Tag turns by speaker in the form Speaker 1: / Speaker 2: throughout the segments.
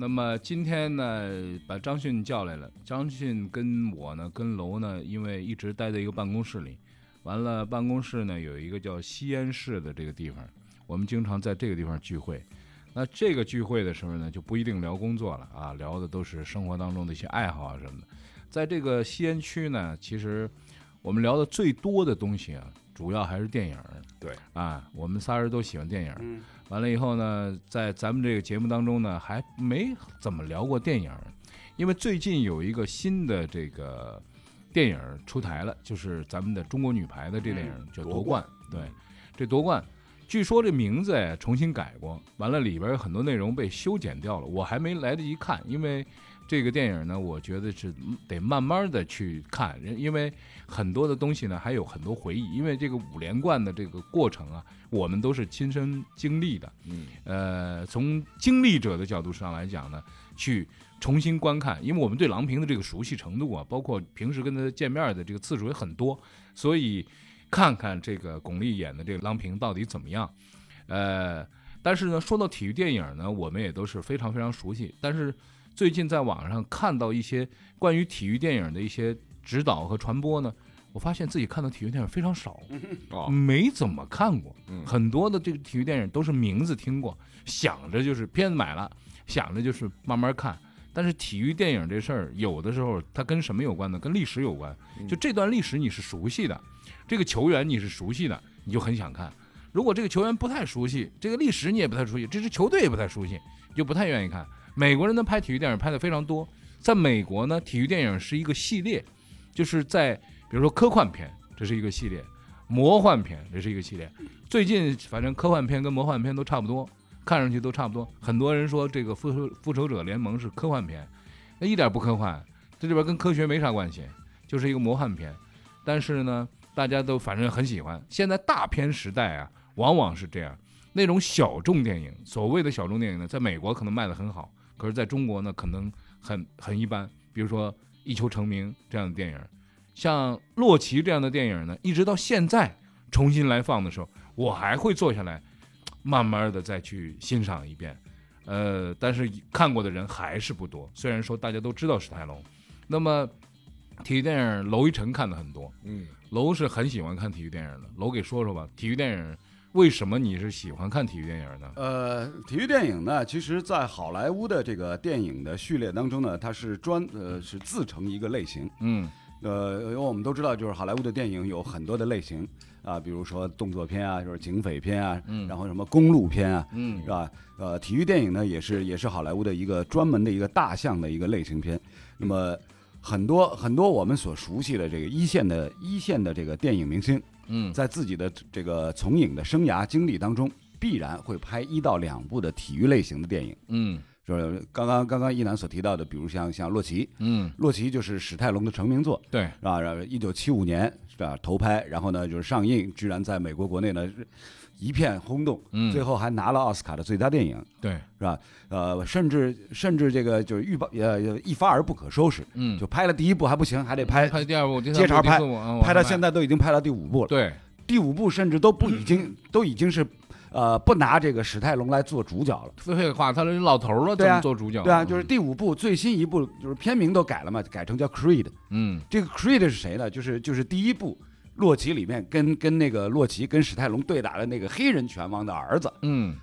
Speaker 1: 那么今天呢，把张迅叫来了。张迅跟我呢，跟楼呢，因为一直待在一个办公室里，完了办公室呢有一个叫吸烟室的这个地方，我们经常在这个地方聚会。那这个聚会的时候呢，就不一定聊工作了啊，聊的都是生活当中的一些爱好啊什么的。在这个吸烟区呢，其实我们聊的最多的东西啊，主要还是电影儿。
Speaker 2: 对
Speaker 1: 啊，我们仨人都喜欢电影儿。
Speaker 2: 嗯
Speaker 1: 完了以后呢，在咱们这个节目当中呢，还没怎么聊过电影儿，因为最近有一个新的这个电影儿出台了，就是咱们的中国女排的这电影儿
Speaker 2: 嗯
Speaker 1: 叫《
Speaker 2: 夺
Speaker 1: 夺冠》。对，这夺冠，据说这名字哎重新改过，完了里边有很多内容被修剪掉了，我还没来得及看，因为这个电影呢，我觉得是得慢慢的去看，人因为很多的东西呢还有很多回忆，因为这个五连冠的这个过程啊，我们都是亲身经历的，
Speaker 2: 嗯，
Speaker 1: 呃，从经历者的角度上来讲呢，去重新观看，因为我们对郎平的这个熟悉程度啊，包括平时跟他见面的这个次数也很多，所以看看这个巩俐演的这个郎平到底怎么样。呃，但是呢，说到体育电影呢，我们也都是非常非常熟悉。但是最近在网上看到一些关于体育电影的一些指导和传播呢，我发现自己看到体育电影非常少，
Speaker 2: 哦，
Speaker 1: 没怎么看过。
Speaker 2: 嗯
Speaker 1: 很多的这个体育电影都是名字听过，想着就是片子买了，想着就是慢慢看。但是体育电影这事儿，有的时候它跟什么有关呢？跟历史有关。就这段历史你是熟悉的，这个球员你是熟悉的，你就很想看。如果这个球员不太熟悉，这个历史你也不太熟悉，这支球队也不太熟悉，你就不太愿意看。美国人呢拍体育电影拍的非常多，在美国呢，体育电影是一个系列，就是在比如说科幻片，这是一个系列；魔幻片，这是一个系列。最近反正科幻片跟魔幻片都差不多，看上去都差不多。很多人说这个复仇复仇者联盟是科幻片，那一点不科幻，这里边跟科学没啥关系，就是一个魔幻片。但是呢，大家都反正很喜欢。现在大片时代啊，往往是这样，那种小众电影，所谓的小众电影呢，在美国可能卖得很好，可是在中国呢，可能很很一般。比如说《一球成名》这样的电影，像《洛奇》这样的电影呢，一直到现在重新来放的时候，我还会坐下来，慢慢的再去欣赏一遍。呃，但是看过的人还是不多。虽然说大家都知道史泰龙，那么体育电影娄艺晨看的很多，
Speaker 2: 嗯，
Speaker 1: 楼是很喜欢看体育电影的。楼给说说吧，体育电影为什么你是喜欢看体育电影呢？
Speaker 2: 呃，体育电影呢，其实，在好莱坞的这个电影的序列当中呢，它是专呃是自成一个类型。
Speaker 1: 嗯
Speaker 2: 呃，因为我们都知道，就是好莱坞的电影有很多的类型啊，比如说动作片啊，就是警匪片啊，
Speaker 1: 嗯
Speaker 2: 然后什么公路片啊，
Speaker 1: 嗯
Speaker 2: 是吧？呃，体育电影呢，也是也是好莱坞的一个专门的一个大项的一个类型片。那么很多很多我们所熟悉的这个一线的一线的这个电影明星，
Speaker 1: 嗯
Speaker 2: 在自己的这个从影的生涯经历当中，必然会拍一到两部的体育类型的电影。
Speaker 1: 嗯
Speaker 2: 就是刚刚刚刚一楠所提到的，比如像像洛奇，
Speaker 1: 嗯，
Speaker 2: 洛奇就是史泰龙的成名作，
Speaker 1: 对，
Speaker 2: 是吧？然后一九七五年是吧投拍，然后呢就是上映，居然在美国国内呢是一片轰动，
Speaker 1: 嗯
Speaker 2: 最后还拿了奥斯卡的最佳电影，
Speaker 1: 对，
Speaker 2: 是吧？呃，甚至甚至这个就是欲罢呃一发而不可收拾，
Speaker 1: 嗯，
Speaker 2: 就拍了第一部还不行，还得拍，
Speaker 1: 拍第二部、第
Speaker 2: 接
Speaker 1: 三
Speaker 2: 茬
Speaker 1: 部、第
Speaker 2: 拍
Speaker 1: 四部，啊
Speaker 2: 拍到现，在都已经拍到第五部
Speaker 1: 我还
Speaker 2: 了，
Speaker 1: 对，嗯
Speaker 2: 第五部甚至都不已经都已经是呃不拿这个史泰龙来做主角了。
Speaker 1: 废话，他是老头儿了，
Speaker 2: 对
Speaker 1: 怎
Speaker 2: 啊
Speaker 1: 么做主角？
Speaker 2: 对啊，就是第五部最新一部，就是片名都改了嘛，改成叫 Creed。
Speaker 1: 嗯
Speaker 2: 这个 Creed 是谁呢？就是就是第一部洛奇里面跟跟那个洛奇跟史泰龙对打的那个黑人拳王的儿子，
Speaker 1: 嗯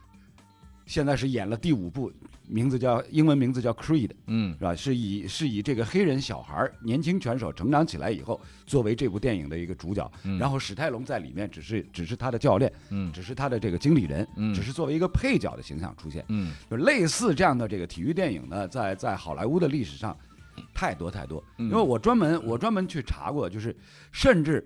Speaker 2: 现在是演了第五部，名字叫英文名字叫 Creed，
Speaker 1: 嗯
Speaker 2: 是吧？是以是以这个黑人小孩儿年轻拳手成长起来以后，作为这部电影的一个主角。
Speaker 1: 嗯，
Speaker 2: 然后史泰龙在里面只是只是他的教练，
Speaker 1: 嗯
Speaker 2: 只是他的这个经理人，
Speaker 1: 嗯
Speaker 2: 只是作为一个配角的形象出现。
Speaker 1: 嗯
Speaker 2: 就类似这样的这个体育电影呢，在在好莱坞的历史上太多太多。
Speaker 1: 嗯
Speaker 2: 因为我专门我专门去查过，就是甚至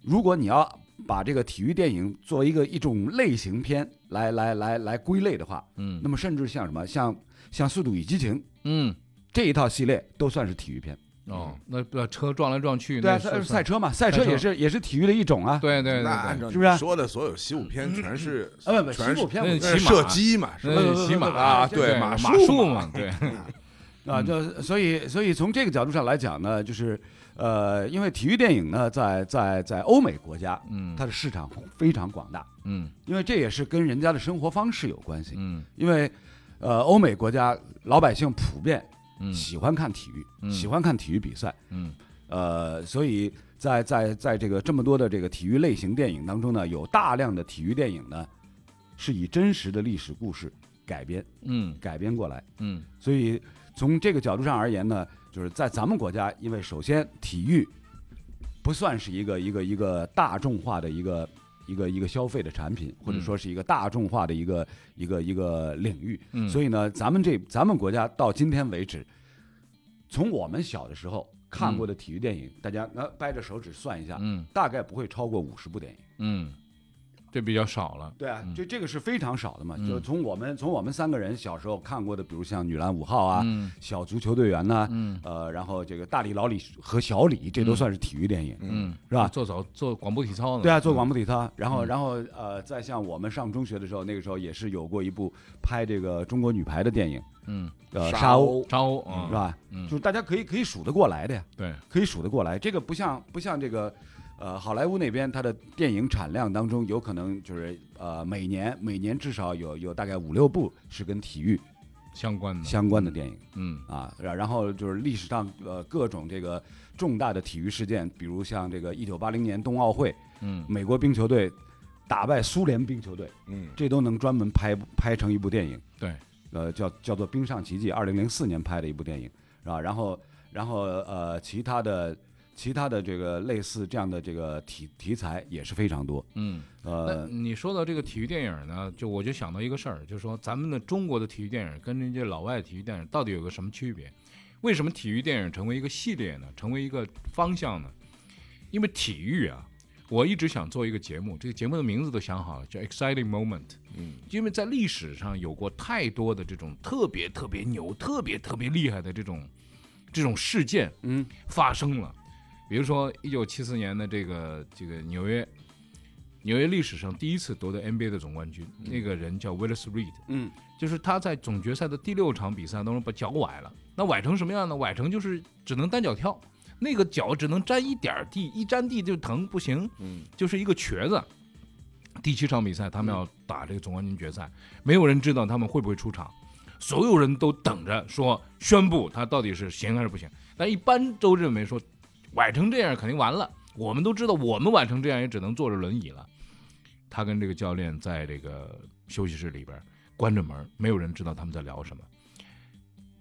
Speaker 2: 如果你要把这个体育电影作为一个一种类型片来来来来归类的话，
Speaker 1: 嗯
Speaker 2: 那么甚至像什么像像《速度与激情》
Speaker 1: 嗯
Speaker 2: 这一套系列都算是体育片。
Speaker 1: 哦，那那车撞来撞去，
Speaker 2: 嗯对啊，
Speaker 1: 那
Speaker 2: 赛
Speaker 1: 是
Speaker 2: 赛车嘛，赛
Speaker 1: 赛
Speaker 2: 车
Speaker 1: 车
Speaker 2: 也是也是体育的一种啊。
Speaker 1: 对对对
Speaker 3: 那
Speaker 1: 对
Speaker 3: 按，照
Speaker 2: 是不是
Speaker 3: 你说的所有习武片全是
Speaker 2: 啊，不不，
Speaker 3: 全
Speaker 2: 西
Speaker 3: 是
Speaker 2: 部片
Speaker 1: 那
Speaker 2: 我觉
Speaker 3: 那是
Speaker 1: 骑
Speaker 2: 得
Speaker 1: 马
Speaker 3: 射击嘛，是吧？
Speaker 2: 不不
Speaker 1: 那
Speaker 2: 不
Speaker 1: 骑
Speaker 2: 不
Speaker 1: 马
Speaker 2: 不
Speaker 3: 啊对
Speaker 1: 对
Speaker 3: 马
Speaker 1: 马
Speaker 3: 术
Speaker 1: 术
Speaker 3: 嘛
Speaker 1: 嘛，对，嗯
Speaker 2: 啊，就所以所以从这个角度上来讲呢，就是呃，因为体育电影呢，在在在欧美国家，
Speaker 1: 嗯
Speaker 2: 它的市场非常广大，
Speaker 1: 嗯
Speaker 2: 因为这也是跟人家的生活方式有关系。
Speaker 1: 嗯
Speaker 2: 因为呃，欧美国家老百姓普遍
Speaker 1: 嗯
Speaker 2: 喜欢看体育，
Speaker 1: 嗯
Speaker 2: 喜欢看体育比赛，
Speaker 1: 嗯
Speaker 2: 呃，所以在在在这个这么多的这个体育类型电影当中呢，有大量的体育电影呢，是以真实的历史故事改编
Speaker 1: 嗯
Speaker 2: 改编过来。
Speaker 1: 嗯
Speaker 2: 所以从这个角度上而言呢，就是在咱们国家，因为首先体育不算是一个一个一个大众化的一个一个一个消费的产品，
Speaker 1: 嗯
Speaker 2: 或者说是一个大众化的一个一个一个领域，
Speaker 1: 嗯，
Speaker 2: 所
Speaker 1: 以
Speaker 2: 以呢，咱们这咱们国家到今天为止，从我们小的时候看过的体育电影，大家那掰着手指算一下，
Speaker 1: 嗯
Speaker 2: 大概不会超过五十部电影。
Speaker 1: 嗯，这比较少了，
Speaker 2: 对啊
Speaker 1: 嗯，
Speaker 2: 这这个是非常少的嘛。
Speaker 1: 嗯
Speaker 2: 就从我们从我们三个人小时候看过的，比如像《女篮五号》啊，
Speaker 1: 嗯
Speaker 2: 小足球队员》呐，
Speaker 1: 嗯
Speaker 2: 呃，然后这个大李、老李和小李，这都算是体育电影，
Speaker 1: 嗯，
Speaker 2: 是吧？
Speaker 1: 做早做广播体操呢，
Speaker 2: 对啊，做广播体操，然
Speaker 1: 嗯
Speaker 2: 后，然后，呃，再像我们上中学的时候，那个时候也是有过一部拍这个中国女排的电影，
Speaker 1: 嗯，
Speaker 2: 呃，
Speaker 3: 沙
Speaker 2: 沙鸥，
Speaker 1: 扎欧啊，
Speaker 2: 是？吧？
Speaker 1: 嗯
Speaker 2: 就是大家可以可以数得过来的呀，
Speaker 1: 对，
Speaker 2: 可以数得过来。这个不像不像这个，呃，好莱坞那边它的电影产量当中，有可能就是呃，每年每年至少有有大概五六部是跟体育
Speaker 1: 相关的，
Speaker 2: 相关的电影。
Speaker 1: 嗯
Speaker 2: 啊，然然后就是历史上呃各种这个重大的体育事件，比如像这个一九八零年冬奥会，
Speaker 1: 嗯
Speaker 2: 美国冰球队打败苏联冰球队，
Speaker 3: 嗯，
Speaker 2: 这都能专门拍拍成一部电影。
Speaker 1: 对，
Speaker 2: 呃，叫叫做《冰上奇迹》，二零零四年拍的一部电影，是吧？然后然后呃，其他的其他的这个类似这样的这个题题材也是非常多。
Speaker 1: 嗯。那
Speaker 2: 呃，
Speaker 1: 你说到这个体育电影呢，就我就想到一个事儿，就是说咱们的中国的体育电影跟人家老外的体育电影到底有个什么区别？为什么体育电影成为一个系列呢？成为一个方向呢？因为体育啊，我一直想做一个节目，这个节目的名字都想好了，叫 Exciting Moment。嗯，因为在历史上有过太多的这种特别特别牛、特别特别厉害的这种这种事件，
Speaker 2: 嗯，
Speaker 1: 发生了。比如说，一九七四年的这个这个纽约纽约历史上第一次夺得 NBA 的总冠军，那个人叫 Willis Reed，
Speaker 2: 嗯，
Speaker 1: 就是他在总决赛的第六场比赛当中把脚崴了，那崴成什么样呢？崴成就是只能单脚跳，那个脚只能沾一点儿地，一沾地就疼，不行，
Speaker 3: 嗯，
Speaker 1: 就是一个瘸子。第七场比赛，他们要打这个总冠军决赛，没有人知道他们会不会出场，所有人都等着说宣布他到底是行还是不行。但一般都认为说，崴成这样肯定完了。我们都知道，我们崴成这样也只能坐着轮椅了。他跟这个教练在这个休息室里边关着门，没有人知道他们在聊什么。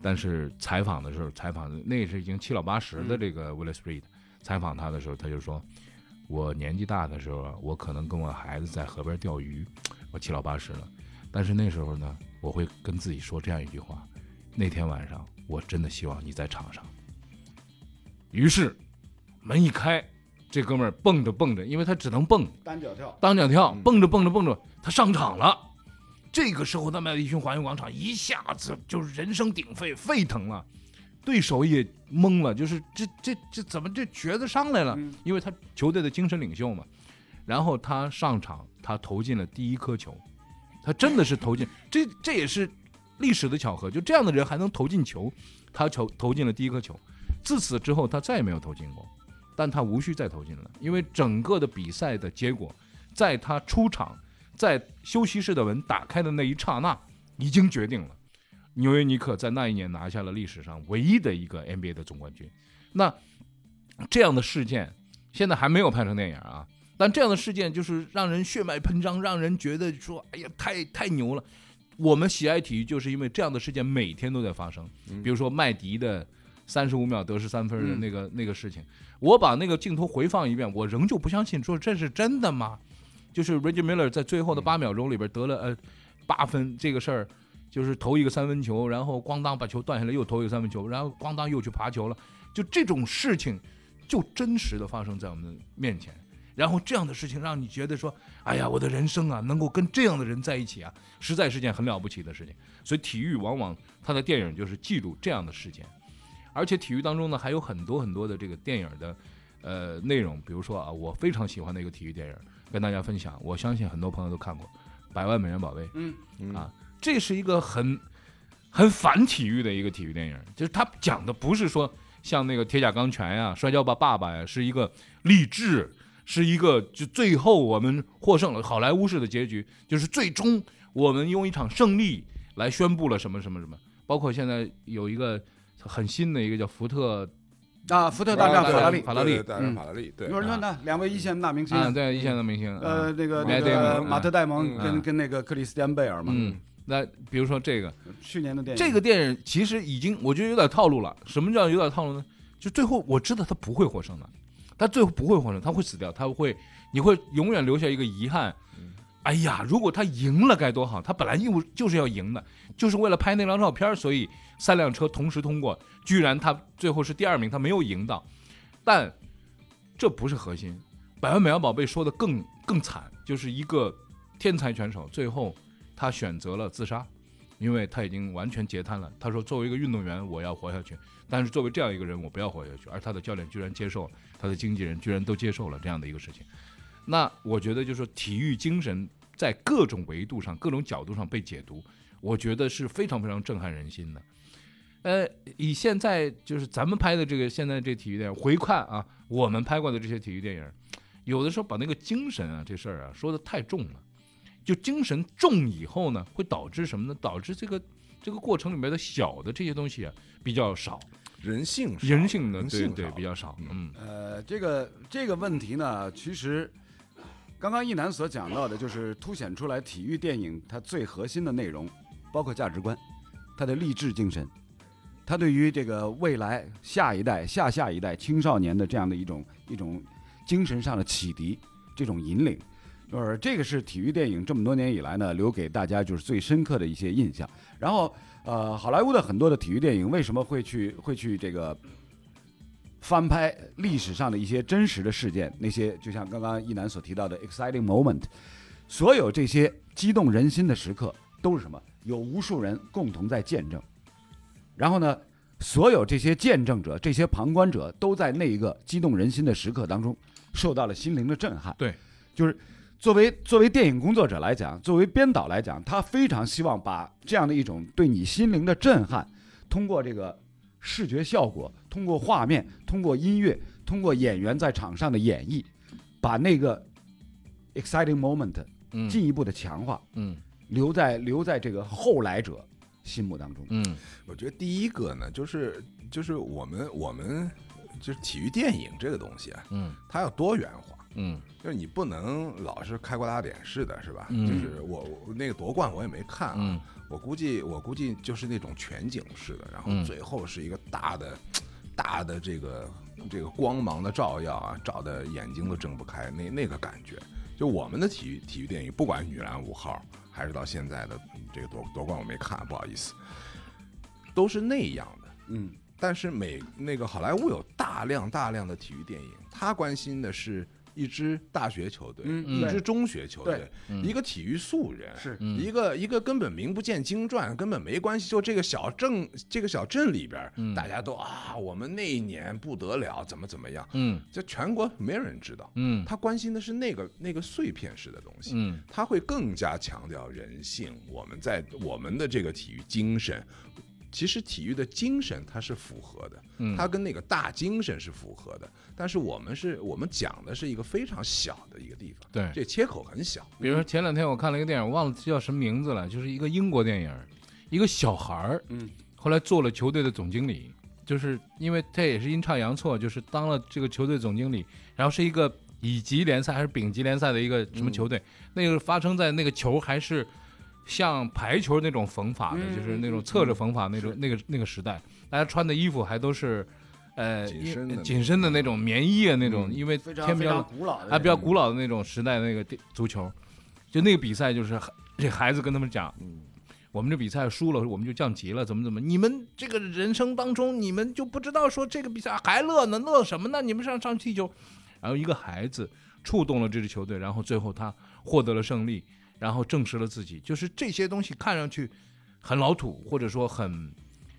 Speaker 1: 但是采访的时候，采访那是已经七老八十的这个 Willis Reed，采访他的时候，他就说：“我年纪大的时候啊，我可能跟我孩子在河边钓鱼，我七老八十了。但是那时候呢，我会跟自己说这样一句话：那天晚上，我真的希望你在场上。”于是门一开，这哥们儿蹦着蹦着，因为他只能蹦，
Speaker 2: 单脚跳，
Speaker 1: 单脚跳，蹦着蹦着蹦着，他上场了。这个时候，他们一群环球广场一下子就是人声鼎沸，沸腾了，对手也懵了，就是这这这怎么这瘸子上来了？因为他球队的精神领袖嘛。然后他上场，他投进了第一颗球，他真的是投进，这这也是历史的巧合，就这样的人还能投进球，他球投进了第一颗球。自此之后，他再也没有投进过，但他无需再投进了，因为整个的比赛的结果在他出场，在休息室的门打开的那一刹那，已经决定了纽约尼克在那一年拿下了历史上唯一的一个 NBA 的总冠军。那这样的事件现在还没有拍成电影啊，但这样的事件就是让人血脉喷张，让人觉得说，哎呀，太太牛了。我们喜爱体育，就是因为这样的事件每天都在发生。比如说麦迪的三十五秒得失三分的那个、那个事情，我把那个镜头回放一遍，我仍旧不相信，说这是真的吗？就是 Reggie Miller 在最后的八秒钟里边得了呃八分这个事儿，就是投一个三分球，然后咣当把球断下来，又投一个三分球，然后咣当又去爬球了，就这种事情就真实的发生在我们的面前。然后这样的事情让你觉得说，哎呀，我的人生啊，能够跟这样的人在一起啊，实在是件很了不起的事情。所以体育往往它的电影就是记录这样的事件，而且体育当中呢，还有很多很多的这个电影的呃内容，比如说啊，我非常喜欢的一个体育电影，跟大家分享，我相信很多朋友都看过《百万美元宝贝》。
Speaker 2: 嗯
Speaker 3: 嗯
Speaker 1: 啊，这是一个很很反体育的一个体育电影，就是它讲的不是说像那个铁甲钢拳呀、摔跤吧爸爸呀，是一个励志，是一个就最后我们获胜了，好莱坞式的结局，就是最终我们用一场胜利来宣布了什么什么什么，包括现在有一个很新的一个叫福特
Speaker 2: 啊，福特大战
Speaker 1: 对
Speaker 2: 法拉利，
Speaker 1: 法拉利
Speaker 3: 对对大战法拉利，对
Speaker 2: 有，人说呢，两位一线大明星，
Speaker 1: 啊，对一线的明星，啊
Speaker 2: 呃，那个
Speaker 1: 马
Speaker 2: 那
Speaker 1: 特戴
Speaker 2: 个
Speaker 1: 蒙
Speaker 2: 马特·戴蒙
Speaker 3: 嗯
Speaker 2: 跟
Speaker 1: 嗯
Speaker 2: 跟那个克里斯蒂安贝尔嘛，
Speaker 1: 嗯，那比如说这个，
Speaker 2: 去年的电影，
Speaker 1: 这个电影其实已经我觉得有点套路了。什么叫有点套路呢？就最后我知道他不会获胜的，他最后不会获胜，他会死掉，他会你会永远留下一个遗憾。
Speaker 2: 嗯
Speaker 1: 哎呀，如果他赢了该多好！他本来就就是要赢的，就是为了拍那张照片，所以三辆车同时通过，居然他最后是第二名，他没有赢到。但这不是核心，《百万美元宝贝》说的更更惨，就是一个天才选手，最后他选择了自杀，因为他已经完全截瘫了。他说：“作为一个运动员，我要活下去，但是作为这样一个人，我不要活下去。”而他的教练居然接受了，他的经纪人居然都接受了这样的一个事情。那我觉得，就是说体育精神在各种维度上、各种角度上被解读，我觉得是非常非常震撼人心的。呃，以现在就是咱们拍的这个现在这体育电影回看啊，我们拍过的这些体育电影，有的时候把那个精神啊这事儿啊说的太重了，就精神重以后呢，会导致什么呢？导致这个这个过程里面的小的这些东西啊比较少，
Speaker 3: 人性少，
Speaker 1: 人性的
Speaker 3: 人
Speaker 1: 对
Speaker 3: 性
Speaker 1: 对
Speaker 3: 少
Speaker 1: 比较少，嗯
Speaker 2: 呃，这个这个问题呢，其实刚刚一楠所讲到的，就是凸显出来体育电影它最核心的内容，包括价值观，它的励志精神，它对于这个未来下一代、下下一代青少年的这样的一种一种精神上的启迪，这种引领。就是这个是体育电影这么多年以来呢，留给大家就是最深刻的一些印象。然后，呃，好莱坞的很多的体育电影为什么会去会去这个翻拍历史上的一些真实的事件，那些就像刚刚一楠所提到的 exciting moment，所有这些激动人心的时刻都是什么？有无数人共同在见证，然后呢，所有这些见证者、这些旁观者都在那一个激动人心的时刻当中受到了心灵的震撼。
Speaker 1: 对，
Speaker 2: 就是作为作为电影工作者来讲，作为编导来讲，他非常希望把这样的一种对你心灵的震撼，通过这个视觉效果，通过画面，通过音乐，通过演员在场上的演绎，把那个 exciting moment
Speaker 1: 嗯
Speaker 2: 进一步的强化，
Speaker 1: 嗯
Speaker 2: 留在留在这个后来者心目当中。
Speaker 1: 嗯
Speaker 3: 我觉得第一个呢，就是就是我们我们就是体育电影这个东西啊，
Speaker 1: 嗯
Speaker 3: 它要多元化。
Speaker 1: 嗯
Speaker 3: 就是你不能老是开挂大脸似的，是吧？
Speaker 1: 嗯
Speaker 3: 就是我我那个夺冠我也没看啊，
Speaker 1: 嗯
Speaker 3: 我估计我估计就是那种全景式的，然后
Speaker 1: 嗯
Speaker 3: 最后是一个大的、大的这个这个光芒的照耀啊，照的眼睛都睁不开，那那个感觉。就我们的体育体育电影，不管女篮五号还是到现在的这个夺夺冠，我没看，不好意思，都是那样的。
Speaker 2: 嗯，
Speaker 3: 但是美那个好莱坞有大量大量的体育电影，他关心的是一支大学球队，
Speaker 2: 嗯
Speaker 3: 一支中学球队
Speaker 2: 对，嗯
Speaker 3: 一个体育素人，
Speaker 2: 是嗯
Speaker 3: 一个一个根本名不见经传，根本没关系，就这个小镇这个小镇里边儿，
Speaker 2: 嗯
Speaker 3: 大家都啊，我们那一年不得了，怎么怎么样，
Speaker 1: 嗯
Speaker 3: 就全国没人知道。
Speaker 1: 嗯
Speaker 3: 他关心的是那个那个碎片式的东西，
Speaker 1: 嗯
Speaker 3: 他会更加强调人性，我们在我们的这个体育精神。其实体育的精神它是符合的，
Speaker 1: 嗯
Speaker 3: 它跟那个大精神是符合的，但是我们是我们讲的是一个非常小的一个地方，
Speaker 1: 对
Speaker 3: 这切口很小，
Speaker 1: 比如说前两天我看了一个电影，我忘了叫什么名字了，就是一个英国电影，一个小孩儿，
Speaker 2: 嗯，
Speaker 1: 后来做了球队的总经理，就是因为这也是阴差阳错，就是当了这个球队总经理，然后是一个乙级联赛还是丙级联赛的一个什么球队，那个发生在那个球还是像排球那种缝法的，就是那种侧着缝法那种、那个那个时代，大家穿的衣服还都是。呃，
Speaker 3: 紧
Speaker 1: 因
Speaker 3: 身的那
Speaker 1: 紧身的那种棉衣啊，那种，因为
Speaker 2: 非
Speaker 1: 天
Speaker 2: 常
Speaker 1: 比
Speaker 2: 非
Speaker 1: 较
Speaker 2: 常古老的
Speaker 1: 啊，比较古老的那种时代的那个地足球，就那个比赛就是这孩子跟他们讲，我们这比赛输了，我们就降级了，怎么怎么？你们这个人生当中，你们就不知道说这个比赛还乐呢，乐什么呢？你们上上去踢球，然后一个孩子触动了这支球队，然后最后他获得了胜利，然后证实了自己，就是这些东西看上去很老土，或者说很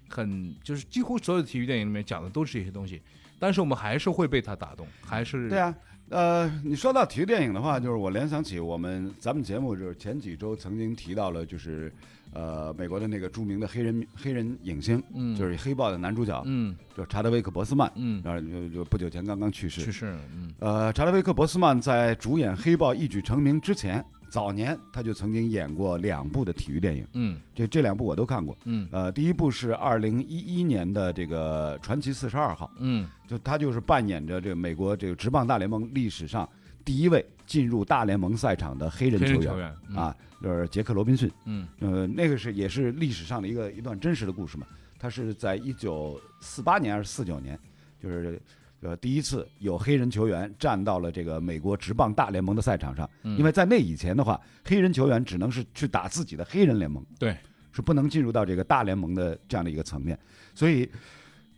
Speaker 1: 很就是几乎所有的体育电影里面讲的都是这些东西，但是我们还是会被他打动，还是
Speaker 2: 对啊，呃，你说到体育电影的话，就是我联想起我们咱们节目就是前几周曾经提到了，就是呃美国的那个著名的黑人黑人影星，
Speaker 1: 嗯
Speaker 2: 就是黑豹的男主角，
Speaker 1: 嗯
Speaker 2: 叫查德威克·博斯曼，
Speaker 1: 嗯，
Speaker 2: 然后就就不久前刚刚去世。
Speaker 1: 去世了嗯
Speaker 2: 呃，查德威克·博斯曼在主演《黑豹》一举成名之前，早年他就曾经演过两部的体育电影，
Speaker 1: 嗯
Speaker 2: 这这两部我都看过。
Speaker 1: 嗯
Speaker 2: 呃，第一部是二零一一年的这个《传奇四十二号》，
Speaker 1: 嗯
Speaker 2: 就他就是扮演着这个美国这个职棒大联盟历史上第一位进入大联盟赛场的黑人
Speaker 1: 黑人嗯
Speaker 2: 球
Speaker 1: 球
Speaker 2: 员
Speaker 1: 员，
Speaker 2: 啊，就是杰克·罗宾逊。
Speaker 1: 嗯
Speaker 2: 呃，那个是也是历史上的一个一段真实的故事嘛。他是在一九四八年还是四九年，就是呃第一次有黑人球员站到了这个美国职棒大联盟的赛场上，
Speaker 1: 嗯
Speaker 2: 因为在那以前的话，黑人球员只能是去打自己的黑人联盟，
Speaker 1: 对，
Speaker 2: 是不能进入到这个大联盟的这样的一个层面，所以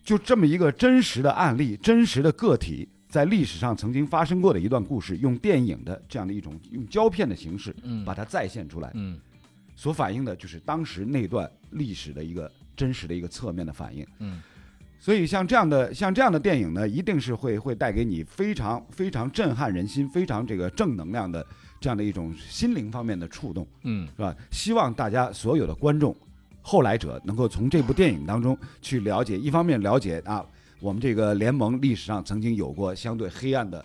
Speaker 2: 就这么一个真实的案例，真实的个体。在历史上曾经发生过的一段故事，用电影的这样的一种用胶片的形式
Speaker 1: 嗯
Speaker 2: 把它再现出来，
Speaker 1: 嗯
Speaker 2: 所反映的就是当时那段历史的一个真实的一个侧面的反应。
Speaker 1: 嗯，
Speaker 2: 所以像这样的像这样的电影呢，一定是会会带给你非常非常震撼人心、非常这个正能量的这样的一种心灵方面的触动，
Speaker 1: 嗯
Speaker 2: 是吧？希望大家所有的观众、后来者能够从这部电影当中去了解，一方面了解啊，我们这个联盟历史上曾经有过相对黑暗的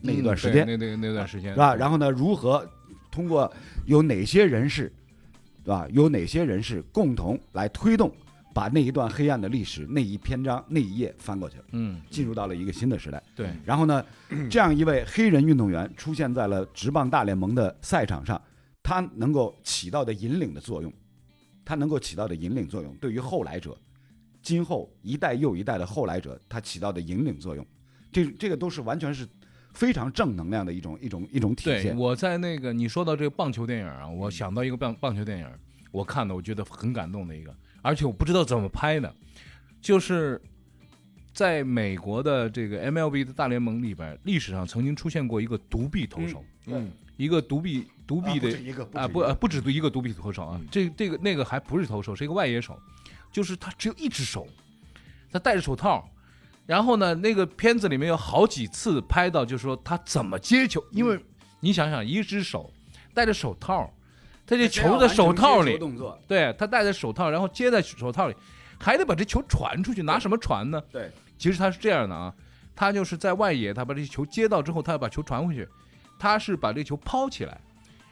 Speaker 2: 那一段时间，
Speaker 1: 嗯对那那那段时间
Speaker 2: 是吧？然后呢，如何通过有哪些人士，是吧？有哪些人士共同来推动，把那一段黑暗的历史那一篇章那一页翻过去，
Speaker 1: 嗯
Speaker 2: 进入到了一个新的时代。
Speaker 1: 对
Speaker 2: 然后 呢，这样一位黑人运动员出现在了职棒大联盟的赛场上，他能够起到的引领的作用，他能够起到的引领作用，对于后来者，今后一代又一代的后来者，他起到的引领作用，这这个都是完全是非常正能量的一种一种一种体
Speaker 1: 对，
Speaker 2: 现。
Speaker 1: 我在那个你说到这个棒球电影啊，我想到一个棒棒球电影，我看的我觉得很感动的一个，而且我不知道怎么拍的，就是在美国的这个 MLB 的大联盟里边，历史上曾经出现过一个独臂投手，
Speaker 3: 嗯，
Speaker 1: 一个独臂独臂的
Speaker 2: 啊不止一个嗯
Speaker 1: 啊不呃不止一个独臂投手啊，这这个那个还不是投手，是一个外野手，就是他只有一只手，他戴着手套，然后呢，那个片子里面有好几次拍到，就是说他怎么接球，因为你想想，一只手戴着手套，他这球在手套里，
Speaker 2: 动作，
Speaker 1: 对他戴着手套，然后接在手套里，还得把这球传出去，拿什么传呢？
Speaker 2: 对，
Speaker 1: 其实他是这样的啊，他就是在外野，他把这球接到之后，他要把球传回去，他是把这球抛起来，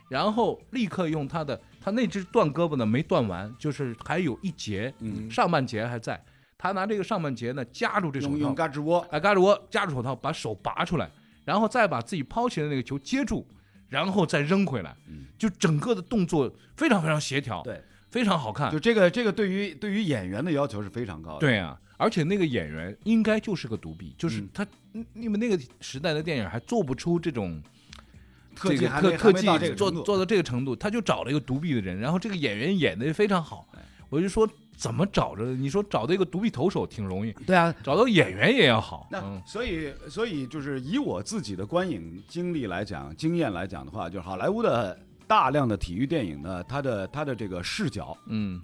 Speaker 1: 然后立刻用他的他那只断胳膊呢没断完，就是还有一节，
Speaker 2: 嗯
Speaker 1: 上半截还在，他拿这个上半截呢夹住这手
Speaker 2: 用用
Speaker 1: 套，
Speaker 2: 嘎吱窝，
Speaker 1: 哎，嘎着窝夹住手套，把手拔出来，然后再把自己抛起来的那个球接住，然后再扔回来，
Speaker 2: 嗯
Speaker 1: 就整个的动作非常非常协调，
Speaker 2: 对，
Speaker 1: 非常好看
Speaker 2: 就，这个这个对于对于演员的要求是非常高的。，
Speaker 1: 啊对啊，而且那个演员应该就是个独臂，就是
Speaker 2: 嗯
Speaker 1: 他，嗯你们那个时代的电影还做不出这种
Speaker 2: 特技
Speaker 1: 这个
Speaker 2: 还没
Speaker 1: 特特
Speaker 2: 还没到这
Speaker 1: 技
Speaker 2: 个
Speaker 1: 做
Speaker 2: 程度
Speaker 1: 做到这个程度，他就找了一个独臂的人，然后这个演员演的也非常好，
Speaker 2: 嗯
Speaker 1: 我就说怎么找着？你说找到一个独臂投手挺容易，
Speaker 2: 对啊，
Speaker 1: 找到演员也要好，
Speaker 2: 那
Speaker 1: 嗯
Speaker 2: 所以，所以就是以我自己的观影经历来讲、经验来讲的话，就是好莱坞的大量的体育电影呢，它的它的这个视角
Speaker 1: 嗯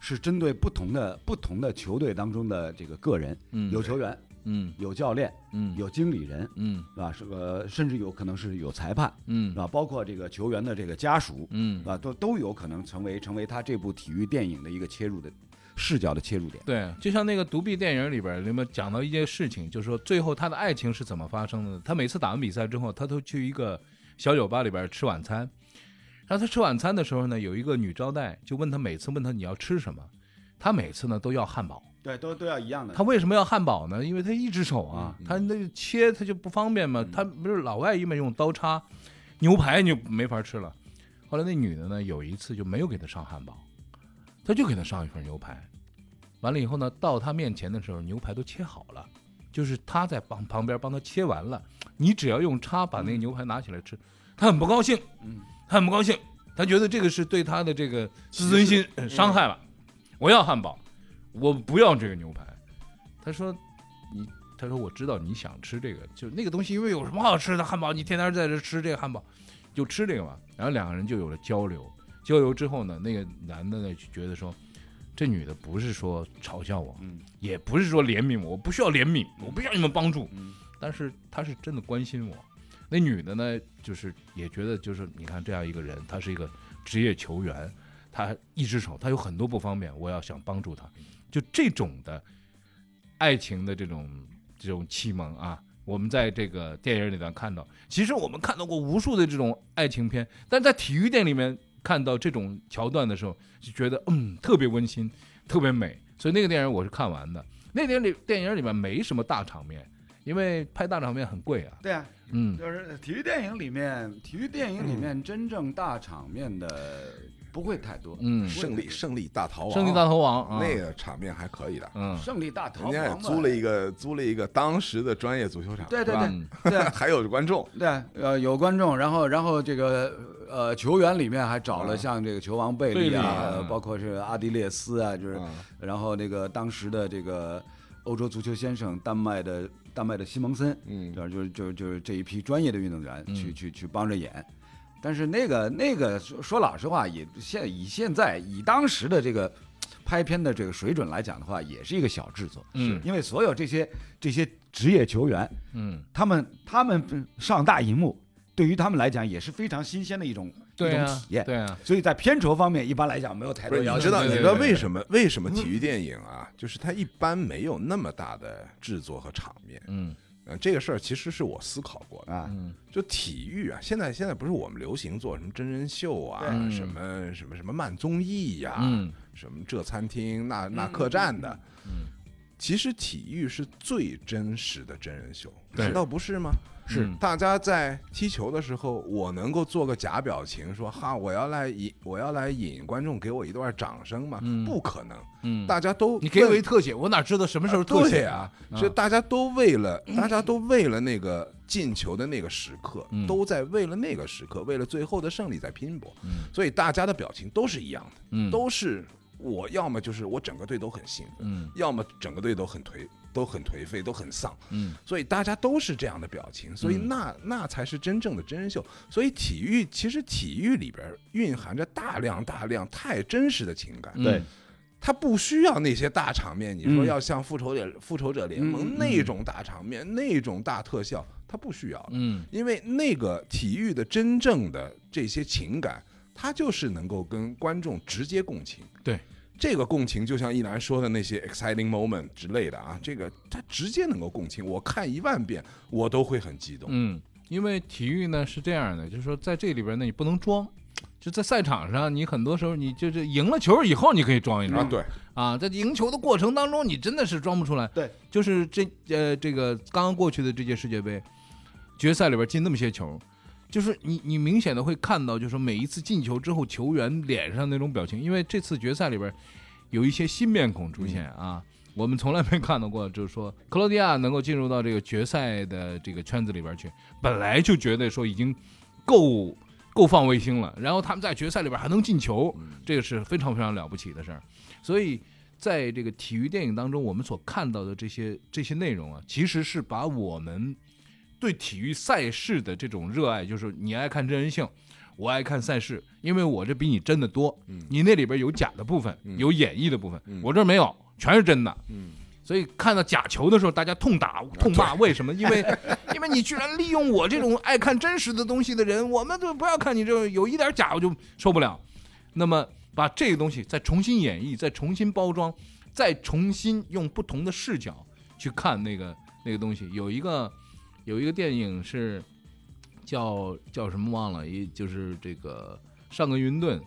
Speaker 2: 是针对不同的不同的球队当中的这个个人，
Speaker 1: 嗯，
Speaker 2: 有球员、
Speaker 1: 嗯
Speaker 2: 有教练、
Speaker 1: 嗯
Speaker 2: 有经理人，
Speaker 1: 嗯
Speaker 2: 是吧？是呃，甚至有可能是有裁判，
Speaker 1: 嗯
Speaker 2: 是吧？包括这个球员的这个家属，
Speaker 1: 嗯
Speaker 2: 是，吧？都都有可能成为成为他这部体育电影的一个切入的视角的切入点。
Speaker 1: 对，就像那个独臂电影里边儿，里面讲到一件事情，就是说最后他的爱情是怎么发生的呢。他每次打完比赛之后，他都去一个小酒吧里边儿吃晚餐。然后他吃晚餐的时候呢，有一个女招待就问他，每次问他你要吃什么，他每次呢都要汉堡。
Speaker 2: 对，都都要一样的
Speaker 1: 他为什么要汉堡呢？因为他一只手啊，他那个切他就不方便嘛。他不是老外一般用刀叉，牛排你就没法吃了。后来那女的呢，有一次就没有给他上汉堡，他就给他上一份牛排。完了以后呢，到他面前的时候，牛排都切好了，就是他在旁旁边帮他切完了，你只要用叉把那个牛排拿起来吃，他很不高兴，他很不高兴，他觉得这个是对他的这个自尊心呃伤害了。我要汉堡，我不要这个牛排。他说你，他说我知道你想吃这个，就那个东西，因为有什么好吃的汉堡？你天天在这吃这个汉堡，就吃这个吧。然后两个人就有了交流，交流之后呢，那个男的呢就觉得说，这女的不是说嘲笑我，
Speaker 2: 嗯
Speaker 1: 也不是说怜悯我，我不需要怜悯，我不需要你们帮助，
Speaker 2: 嗯
Speaker 1: 但是她是真的关心我。那女的呢，就是也觉得就是你看这样一个人，她是一个职业球员，她一只手，她有很多不方便，我要想帮助她，就这种的爱情的这种这种启蒙啊。我们在这个电影里边看到，其实我们看到过无数的这种爱情片，但在体育电影里面看到这种桥段的时候，就觉得嗯特别温馨，特别美。所以那个电影我是看完的。那电影里电影里面没什么大场面，因为拍大场面很贵啊。
Speaker 2: 对啊，
Speaker 1: 嗯，
Speaker 2: 就是体育电影里面，体育电影里面真正大场面的不会太多。
Speaker 1: 嗯
Speaker 3: 胜利胜利大逃亡，
Speaker 1: 胜利大逃亡啊，
Speaker 3: 那个场面还可以的，
Speaker 1: 嗯
Speaker 2: 胜利大逃
Speaker 3: 人
Speaker 2: 亡啊
Speaker 3: 家也
Speaker 2: 嘛
Speaker 3: 租了一个租了一个当时的专业足球场，
Speaker 2: 对对
Speaker 3: 是吧
Speaker 2: 对
Speaker 1: 嗯
Speaker 2: 对
Speaker 3: 还有观众，
Speaker 2: 对，呃，有观众，然后然后这个呃球员里面还找了
Speaker 3: 啊
Speaker 2: 像这个球王贝利
Speaker 1: 贝利
Speaker 2: 啊，呃
Speaker 1: 嗯
Speaker 2: 包括是阿迪列斯啊，就是
Speaker 3: 啊
Speaker 2: 然后那个当时的这个欧洲足球先生，丹麦的丹麦的西蒙森，
Speaker 3: 嗯
Speaker 2: 就是就是就是就是这一批专业的运动员
Speaker 1: 嗯
Speaker 2: 去、去去帮着演。但是那个那个说说老实话，也现以现在以当时的这个拍片的这个水准来讲的话，也是一个小制作，
Speaker 1: 嗯
Speaker 2: 因为所有这些这些职业球员，
Speaker 1: 嗯，
Speaker 2: 他们他们上大荧幕，对于他们来讲也是非常新鲜的一种、一
Speaker 1: 对
Speaker 2: 种
Speaker 1: 啊
Speaker 2: 体，验。
Speaker 1: 对啊，
Speaker 2: 所以在片酬方面，一般来讲没有太
Speaker 3: 不
Speaker 2: 多
Speaker 3: 是，
Speaker 2: 要
Speaker 3: 你
Speaker 2: 求。
Speaker 3: 知道你
Speaker 1: 对
Speaker 3: 知
Speaker 1: 对对
Speaker 3: 道
Speaker 1: 嗯
Speaker 3: 为什么为什么体育电影啊，就是它一般没有那么大的制作和场面。
Speaker 1: 嗯
Speaker 3: 嗯，这个事儿其实是我思考过的。
Speaker 2: 啊，
Speaker 1: 嗯
Speaker 3: 就体育啊，现在现在不是我们流行做什么真人秀啊，
Speaker 1: 对
Speaker 3: 什么什么什么慢综艺呀、
Speaker 1: 嗯
Speaker 3: 什么这餐厅那那客栈的。
Speaker 1: 嗯
Speaker 3: 其实体育是最真实的真人秀，
Speaker 1: 对
Speaker 3: 难道不是吗？嗯
Speaker 1: 是
Speaker 3: 大家在踢球的时候，我能够做个假表情，说哈，我要来引，我要来引观众给我一段掌声吗？
Speaker 1: 嗯
Speaker 3: 不可能，
Speaker 1: 嗯，
Speaker 3: 大家都
Speaker 1: 你给我
Speaker 3: 为
Speaker 1: 一特写，我哪知道什么时候特
Speaker 3: 对
Speaker 1: 写？
Speaker 3: 啊，
Speaker 1: 啊
Speaker 3: 是大家都为了，大家都为了那个进球的那个时刻
Speaker 1: 嗯，
Speaker 3: 都在为了那个时刻，为了最后的胜利在拼搏
Speaker 1: 嗯，
Speaker 3: 所以大家的表情都是一样的，
Speaker 1: 嗯，
Speaker 3: 都是我要么就是我整个队都很兴奋，
Speaker 1: 嗯
Speaker 3: 要么整个队都很颓，都很颓废，都很丧，
Speaker 1: 嗯
Speaker 3: 所以大家都是这样的表情，所以
Speaker 1: 嗯
Speaker 3: 那那才是真正的真人秀。所以体育其实体育里边蕴含着大量大量太真实的情感，
Speaker 1: 对，
Speaker 3: 它不需要那些大场面。你说
Speaker 2: 嗯
Speaker 3: 要像复仇者复仇者联
Speaker 2: 嗯嗯
Speaker 3: 盟
Speaker 2: 嗯
Speaker 3: 那种大场面、那种大特效，它不需要的，
Speaker 1: 嗯
Speaker 3: 因为那个体育的真正的这些情感，它就是能够跟观众直接共情。
Speaker 1: 对。
Speaker 3: 这个共情就像一兰说的那些 exciting moment 之类的啊，这个它直接能够共情，我看一万遍我都会很激动。
Speaker 1: 嗯，因为体育呢是这样的，就是说在这里边呢你不能装，就在赛场上你很多时候你就是赢了球以后你可以装一
Speaker 3: 啊，
Speaker 1: 装，
Speaker 3: 对，
Speaker 1: 啊，在赢球的过程当中，你真的是装不出来。
Speaker 2: 对，
Speaker 1: 就是这呃，这个刚刚过去的这届世界杯决赛里边进那么些球，就是你你明显的会看到，就是说每一次进球之后球员脸上那种表情，因为这次决赛里边有一些新面孔出现啊。我们从来没看到过，就是说克罗地亚能够进入到这个决赛的这个圈子里边去，本来就觉得说已经够够放卫星了，然后他们在决赛里边还能进球，这个是非常非常了不起的事儿。所以在这个体育电影当中，我们所看到的这些这些内容啊，其实是把我们对体育赛事的这种热爱，就是你爱看真人秀，我爱看赛事，因为我这比你真的多，
Speaker 3: 嗯
Speaker 1: 你那里边有假的部分，
Speaker 3: 嗯
Speaker 1: 有演绎的部分，
Speaker 3: 嗯
Speaker 1: 我这儿没有，全是真的。
Speaker 3: 嗯，
Speaker 1: 所以看到假球的时候，大家痛打痛骂，为什么？因为因为你居然利用我这种爱看真实的东西的人，我们就不要看你这种有一点假我就受不了。那么把这个东西再重新演绎，再重新包装，再重新用不同的视角去看那个那个东西。有一个有一个电影是叫叫什么忘了，一就是这个上个云顿。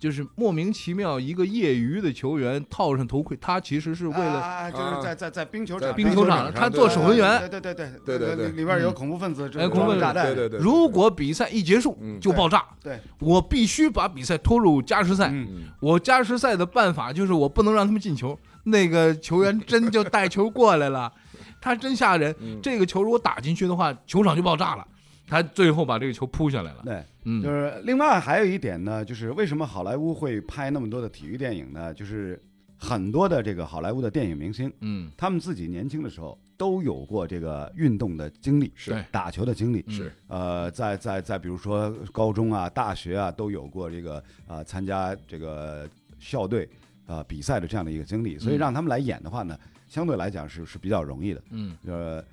Speaker 1: 就是莫名其妙，一个业余的球员套上头盔，他其实是为了
Speaker 2: 啊，就是在在在冰球
Speaker 3: 在
Speaker 2: 场
Speaker 1: 冰球场
Speaker 3: 上
Speaker 1: 他做守门员。
Speaker 2: 对对对
Speaker 3: 对对对
Speaker 2: 里里边有
Speaker 1: 嗯
Speaker 2: 恐怖分子，这
Speaker 1: 哎
Speaker 2: 个
Speaker 1: 恐怖分
Speaker 2: 装
Speaker 1: 子
Speaker 2: 炸弹，
Speaker 3: 对对对，
Speaker 1: 如果比赛一结束
Speaker 3: 嗯
Speaker 1: 就爆炸，
Speaker 2: 对
Speaker 1: 我必须把比赛拖入加时赛。
Speaker 2: 嗯
Speaker 3: 嗯
Speaker 1: 我加时赛的办法就是我不能让他们进球。那个球员真就带球过来了， 他真吓人。
Speaker 3: 嗯
Speaker 1: 这个球如果打进去的话，球场就爆炸了。他最后把这个球扑下来了。
Speaker 2: 对，就
Speaker 1: 嗯
Speaker 2: 是另外还有一点呢，就是为什么好莱坞会拍那么多的体育电影呢？就是很多的这个好莱坞的电影明星，
Speaker 1: 嗯，
Speaker 2: 他们自己年轻的时候都有过这个运动的经历，
Speaker 3: 是
Speaker 1: 对
Speaker 2: 打球的经历，
Speaker 1: 是
Speaker 2: 呃，在在在比如说高中啊、大学啊都有过这个啊、呃参加这个校队。啊、比赛的这样的一个经
Speaker 1: 嗯
Speaker 2: 历，所以让他们来演的话呢，相对来讲是是比较容易的。
Speaker 1: 嗯
Speaker 2: 呃，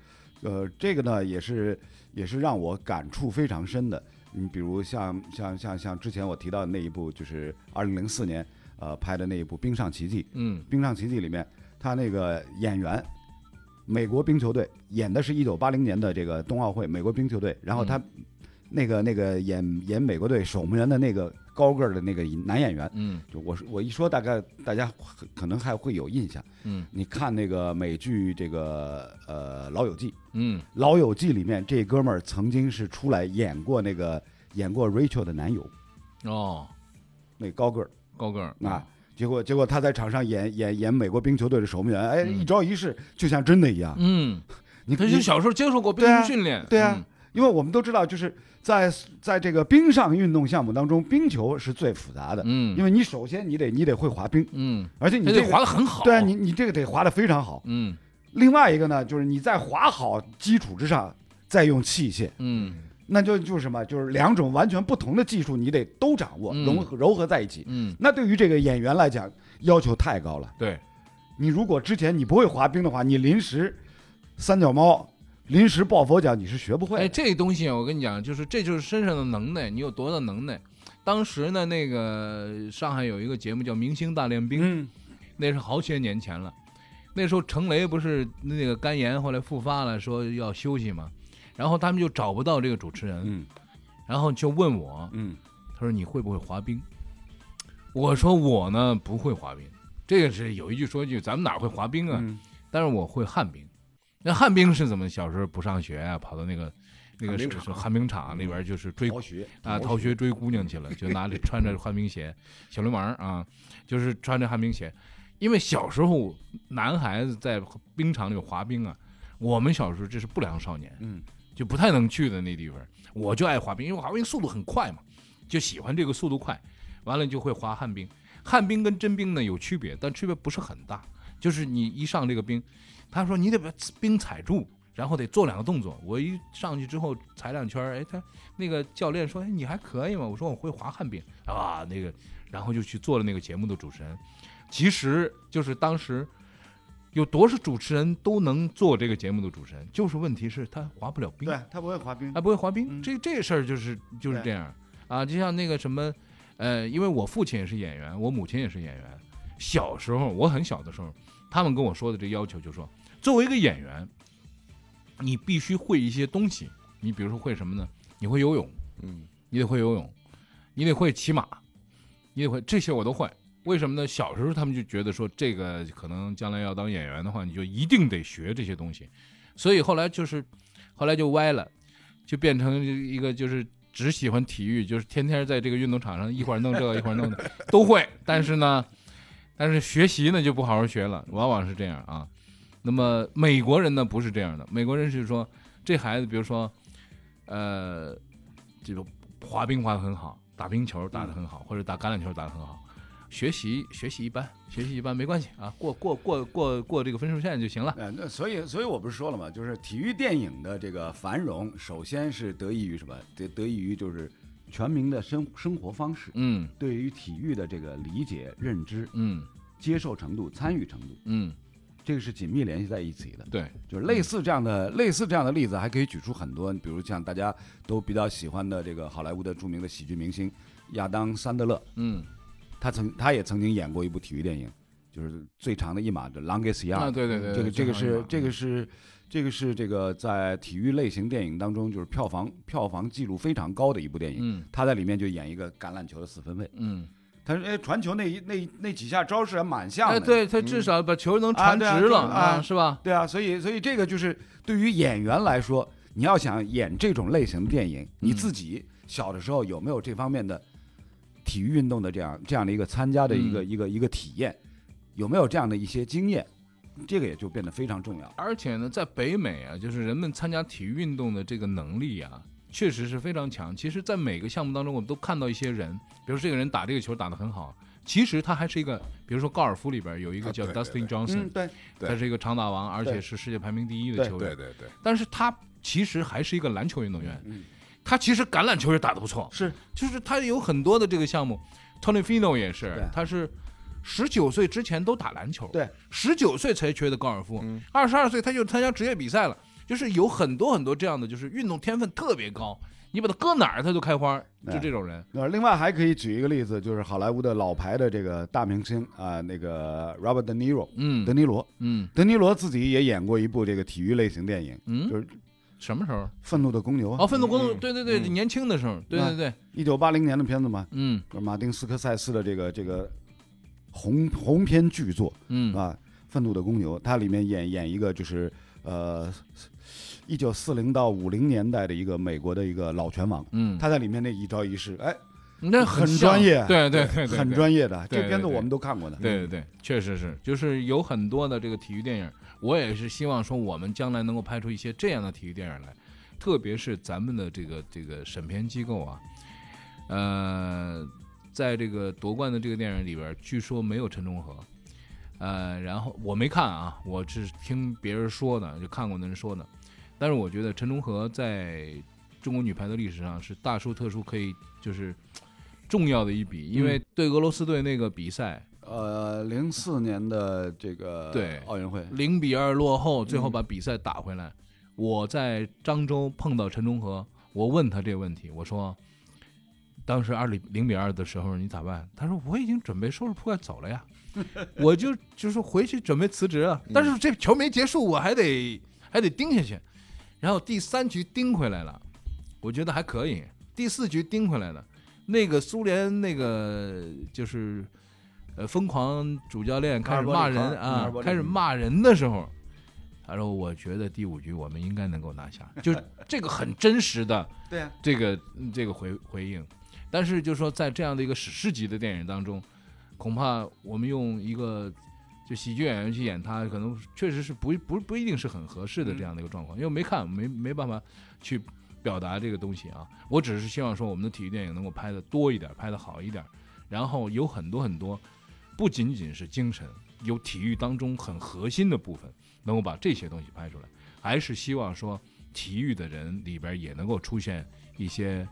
Speaker 2: 呃，这个呢也是也是让我感触非常深的。你比如像像像像之前我提到的那一部，就是二零零四年呃拍的那一部《冰上奇迹》，
Speaker 1: 嗯
Speaker 2: 《冰上奇迹》里面他那个演员，美国冰球队演的是一九八零年的这个冬奥会美国冰球队，然
Speaker 1: 嗯
Speaker 2: 后他那个那个演演美国队守门员的那个高个儿的那个男演员，
Speaker 1: 嗯
Speaker 2: 就我说我一说，大概大家可可能还会有印象。
Speaker 1: 嗯，
Speaker 2: 你看那个美剧这个呃《老友记》，《
Speaker 1: 嗯
Speaker 2: 老友记》里面这哥们儿曾经是出来演过那个演过 Rachel 的男友，
Speaker 1: 哦，
Speaker 2: 那高个儿
Speaker 1: 高个儿
Speaker 2: 啊。结果结果他在场上演演演美国冰球队的守门员，哎，
Speaker 1: 嗯
Speaker 2: 一招一式就像真的一样。
Speaker 1: 嗯，
Speaker 2: 你
Speaker 1: 他
Speaker 2: 你
Speaker 1: 就嗯小时候接受过冰
Speaker 2: 对啊
Speaker 1: 球训练，
Speaker 2: 对啊，因为我们都知道，就是在在这个冰上运动项目当中，冰球是最复杂的，
Speaker 1: 嗯，
Speaker 2: 因
Speaker 1: 为
Speaker 2: 为你首先你得你得会滑冰，
Speaker 1: 嗯，
Speaker 2: 而且你
Speaker 1: 他
Speaker 2: 这
Speaker 1: 得
Speaker 2: 个
Speaker 1: 滑得很好，
Speaker 2: 对啊，你你这个得滑得非常好。
Speaker 1: 嗯
Speaker 2: 另外一个呢，就是你在滑好基础之上，再用器械，
Speaker 1: 嗯
Speaker 2: 那就就是什么，就是两种完全不同的技术，你得都掌握，
Speaker 1: 嗯
Speaker 2: 融合糅合在一起。
Speaker 1: 嗯，
Speaker 2: 那对于这个演员来讲，要求太高了。
Speaker 1: 对，
Speaker 2: 你如果之前你不会滑冰的话，你临时三脚猫，临时抱佛脚，你是学不会
Speaker 1: 哎，
Speaker 2: 的。
Speaker 1: 这东西啊我跟你讲，就是这就是身上的能耐，你有多大能耐？当时呢，那个上海有一个节目叫《明星大练兵》，
Speaker 2: 嗯
Speaker 1: 那是好些年前了。那时候程雷不是那个肝炎，后来复发了，说要休息嘛。然后他们就找不到这个主持人，
Speaker 2: 嗯
Speaker 1: 然后就问我，
Speaker 2: 嗯
Speaker 1: 他说你会不会滑冰？我说我呢不会滑冰，这个是有一句说一句，咱们哪会滑冰啊？
Speaker 2: 嗯，
Speaker 1: 但是我会旱冰。那旱冰是怎么？小时候不上学啊，跑到那个那个
Speaker 3: 旱冰
Speaker 1: 是
Speaker 3: 场
Speaker 1: 是旱冰场里边就是追
Speaker 2: 逃学
Speaker 1: 啊逃学追姑娘去了，就拿着穿着旱冰鞋，小流氓啊，就是穿着旱冰鞋。因为小时候男孩子在冰场里滑冰啊，我们小时候这是不良少年，
Speaker 2: 嗯，
Speaker 1: 就不太能去的那地方。我就爱滑冰，因为滑冰速度很快嘛，就喜欢这个速度快。完了就会滑旱冰，旱冰跟真冰呢有区别，但区别不是很大。就是你一上这个冰，他说你得把冰踩住，然后得做两个动作。我一上去之后踩两圈儿，哎，他那个教练说，哎，你还可以吗？我说我会滑旱冰啊，那个，然后就去做了那个节目的主持人。其实就是当时有多少主持人都能做这个节目的主持人，就是问题是他滑不了冰。
Speaker 2: 对他不会滑冰
Speaker 1: 啊，，不会滑冰，
Speaker 2: 嗯
Speaker 1: 这这事儿就是就是这
Speaker 2: 对
Speaker 1: 样啊，就像那个什么，呃，因为我父亲也是演员，我母亲也是演员，小时候我很小的时候，他们跟我说的这要求就说，作为一个演员，你必须会一些东西，你比如说会什么呢？你会游泳，
Speaker 3: 嗯，
Speaker 1: 你得会游泳，你得会骑马，你得会这些我都会。为什么呢？小时候他们就觉得说，这个可能将来要当演员的话，你就一定得学这些东西。所以后来就是，后来就歪了，就变成一个就是只喜欢体育，就是天天在这个运动场上一会儿弄这个一会儿弄那个 都会，但是呢，但是学习呢就不好好学了，往往是这样啊。那么美国人呢不是这样的，美国人是说这孩子，比如说，呃，这个滑冰滑得很好，打冰球打得很好，或者打橄榄球打得很好，学习学习一般，学习一般没关系啊，过过过过过这个分数线就行了。
Speaker 2: 呃，那所以，所以我不是说了嘛，就是体育电影的这个繁荣，首先是得益于什么？得得益于就是全民的生生活方式，
Speaker 1: 嗯
Speaker 2: 对于体育的这个理解、认知、
Speaker 1: 嗯
Speaker 2: 接受程度、参与程度，
Speaker 1: 嗯，
Speaker 2: 这个是紧密联系在一起的。
Speaker 1: 对，
Speaker 2: 就是类似这样的、类似这样的例子，还可以举出很多，比如像大家都比较喜欢的这个好莱坞的著名的喜剧明星亚当·桑德勒，
Speaker 1: 嗯
Speaker 2: 他曾他也曾经演过一部体育电影，就是最长的一码的《狼给死一
Speaker 1: 啊对对对
Speaker 2: 这个
Speaker 1: 对
Speaker 2: 这
Speaker 1: 最
Speaker 2: 个
Speaker 1: 长一
Speaker 2: 是
Speaker 1: 码嗯
Speaker 2: 这个是这个是这个在体育类型电影当中，就是票房票房记录非常高的一部电影。
Speaker 1: 嗯
Speaker 2: 他在里面就演一个橄榄球的四分卫，
Speaker 1: 嗯，
Speaker 2: 他说：“哎，传球那一那一那几下招式还蛮像的。
Speaker 1: 哎，对他至少把球能传
Speaker 2: 啊对啊
Speaker 1: 直了
Speaker 2: 对啊啊
Speaker 1: 是吧？
Speaker 2: 对啊，所以所以这个就是对于演员来说，你要想演这种类型的电影，
Speaker 1: 嗯
Speaker 2: 你自己小的时候有没有这方面的体育运动的这样这样的一个参加的一个、
Speaker 1: 嗯
Speaker 2: 一个一个体验，有没有这样的一些经验，这个也就变得非常重要。
Speaker 1: 而且呢，在北美啊，就是人们参加体育运动的这个能力啊，确实是非常强。其实，在每个项目当中，我们都看到一些人，比如这个人打这个球打得很好，其实他还是一个，比如说高尔夫里边有一个
Speaker 3: 啊
Speaker 1: 叫
Speaker 3: 对对
Speaker 1: Dustin
Speaker 3: 对
Speaker 1: Johnson，、
Speaker 2: 对，
Speaker 3: 对
Speaker 1: 他是一个长打王，而且
Speaker 2: 对
Speaker 1: 是世界排名第一的球员，
Speaker 3: 对对对，
Speaker 1: 但是他其实还是一个篮球运动员，
Speaker 2: 嗯
Speaker 1: 他其实橄榄球也打得不错，
Speaker 2: 是，
Speaker 1: 就是他有很多的这个项目，Tony Fino 也是
Speaker 2: 对，
Speaker 1: 他是十九岁之前都打篮球，
Speaker 3: 对，
Speaker 1: 十九岁才学的高尔夫
Speaker 3: 嗯，
Speaker 1: 二十二岁他就参加职业比赛了，就是有很多很多这样的，就是运动天分特别高，你把他搁哪儿他就开花，就
Speaker 2: 哎
Speaker 1: 这种人。
Speaker 2: 那另外还可以举一个例子，就是好莱坞的老牌的这个大明星啊、那个 Robert De Niro，
Speaker 1: 嗯
Speaker 2: 德尼罗，
Speaker 1: 嗯
Speaker 2: 德尼罗自己也演过一部这个体育类型电影，
Speaker 1: 嗯，
Speaker 2: 就是《
Speaker 1: 什么时候？
Speaker 2: 愤怒的公牛》
Speaker 1: 哦，
Speaker 2: 啊，
Speaker 1: 愤怒公路，
Speaker 3: 嗯
Speaker 1: 对对对，
Speaker 3: 嗯
Speaker 1: 年轻的时候，对对对，
Speaker 2: 一九八零年的片子嘛，
Speaker 1: 嗯
Speaker 2: 就是马丁斯科塞斯的这个这个红红篇巨作
Speaker 1: 嗯
Speaker 2: 啊，《愤怒的公牛》，它里面演演一个就是呃，一九四零到五零年代的一个美国的一个老拳王，
Speaker 1: 嗯，
Speaker 2: 他在里面那一招一式，哎，
Speaker 1: 你这
Speaker 2: 很
Speaker 1: 像
Speaker 2: 专业
Speaker 1: 对对对，对
Speaker 2: 很
Speaker 1: 对
Speaker 2: 专业的，
Speaker 1: 对
Speaker 2: 这片子
Speaker 1: 对对
Speaker 2: 我们都看过的，
Speaker 1: 对对对，确实是，就是有很多的这个体育电影，我也是希望说我们将来能够拍出一些这样的体育电影来，特别是咱们的这个这个审片机构啊，呃，在这个夺冠的这个电影里边，据说没有陈忠和，呃，然后我没看啊，我是听别人说的，就看过的人说的，但是我觉得陈忠和在中国女排的历史上是大书特书可以就是重要的一笔，因为嗯对俄罗斯队那个比赛。
Speaker 2: 呃，零四年的这个
Speaker 1: 对
Speaker 2: 奥运会，
Speaker 1: 零比二落后，最后把比赛打回来。我在漳州碰到陈忠和，我问他这个问题，我说：“当时二比零比二的时候你咋办？”他说：“我已经准备收拾铺盖走了呀， 我就就是回去准备辞职啊。但是这球没结束，我还得还得盯下去。然后第三局盯回来了，我觉得还可以。第四局盯回来了，那个苏联那个就是呃疯狂主教练开始骂人
Speaker 2: 阿尔伯利卡阿尔
Speaker 1: 啊
Speaker 2: 伯，利
Speaker 1: 开始骂人的时候，他说：“我觉得第五局我们应该能够拿下。” 就这个很真实的
Speaker 2: 对啊呀、
Speaker 1: 这个嗯这个回回应，但是就说在这样的一个史诗级的电影当中，恐怕我们用一个就喜剧演员去演他，可能确实是不不不一定是很合适的这样的一个状况，因为没看没没办法去表达这个东西啊。我只是希望说我们的体育电影能够拍的多一点，拍的好一点，然后有很多很多不仅仅是精神，有体育当中很核心的部分，能够把这些东西拍出来，还是希望说。体育的人里边也能够出现一些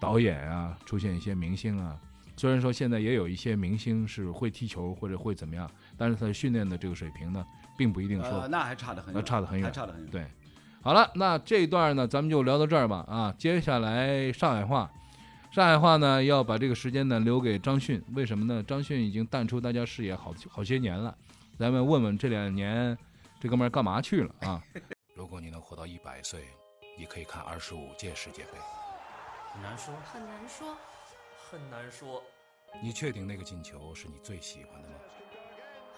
Speaker 1: 导演啊，出现一些明星啊。虽然说现在也有一些明星是会踢球或者会怎么样，但是他训练的这个水平呢，并不一定
Speaker 2: 呃，
Speaker 1: 说
Speaker 2: 那还差得很
Speaker 1: 那
Speaker 2: 远，
Speaker 1: 差得很
Speaker 2: 还
Speaker 1: 远。
Speaker 2: 差得很远。
Speaker 1: 对，好了，那这一段呢，咱们就聊到这儿吧。啊，接下来上海话，上海话呢要把这个时间呢留给张迅，为什么呢？张迅已经淡出大家视野好好些年了，咱们问问这两年这哥们儿干嘛去了啊？
Speaker 4: 如果你能活到一百岁，你可以看二十五届世界杯。
Speaker 5: 很难说，
Speaker 6: 很难说，
Speaker 5: 很难说，
Speaker 4: 你确定那个进球是你最喜欢的吗？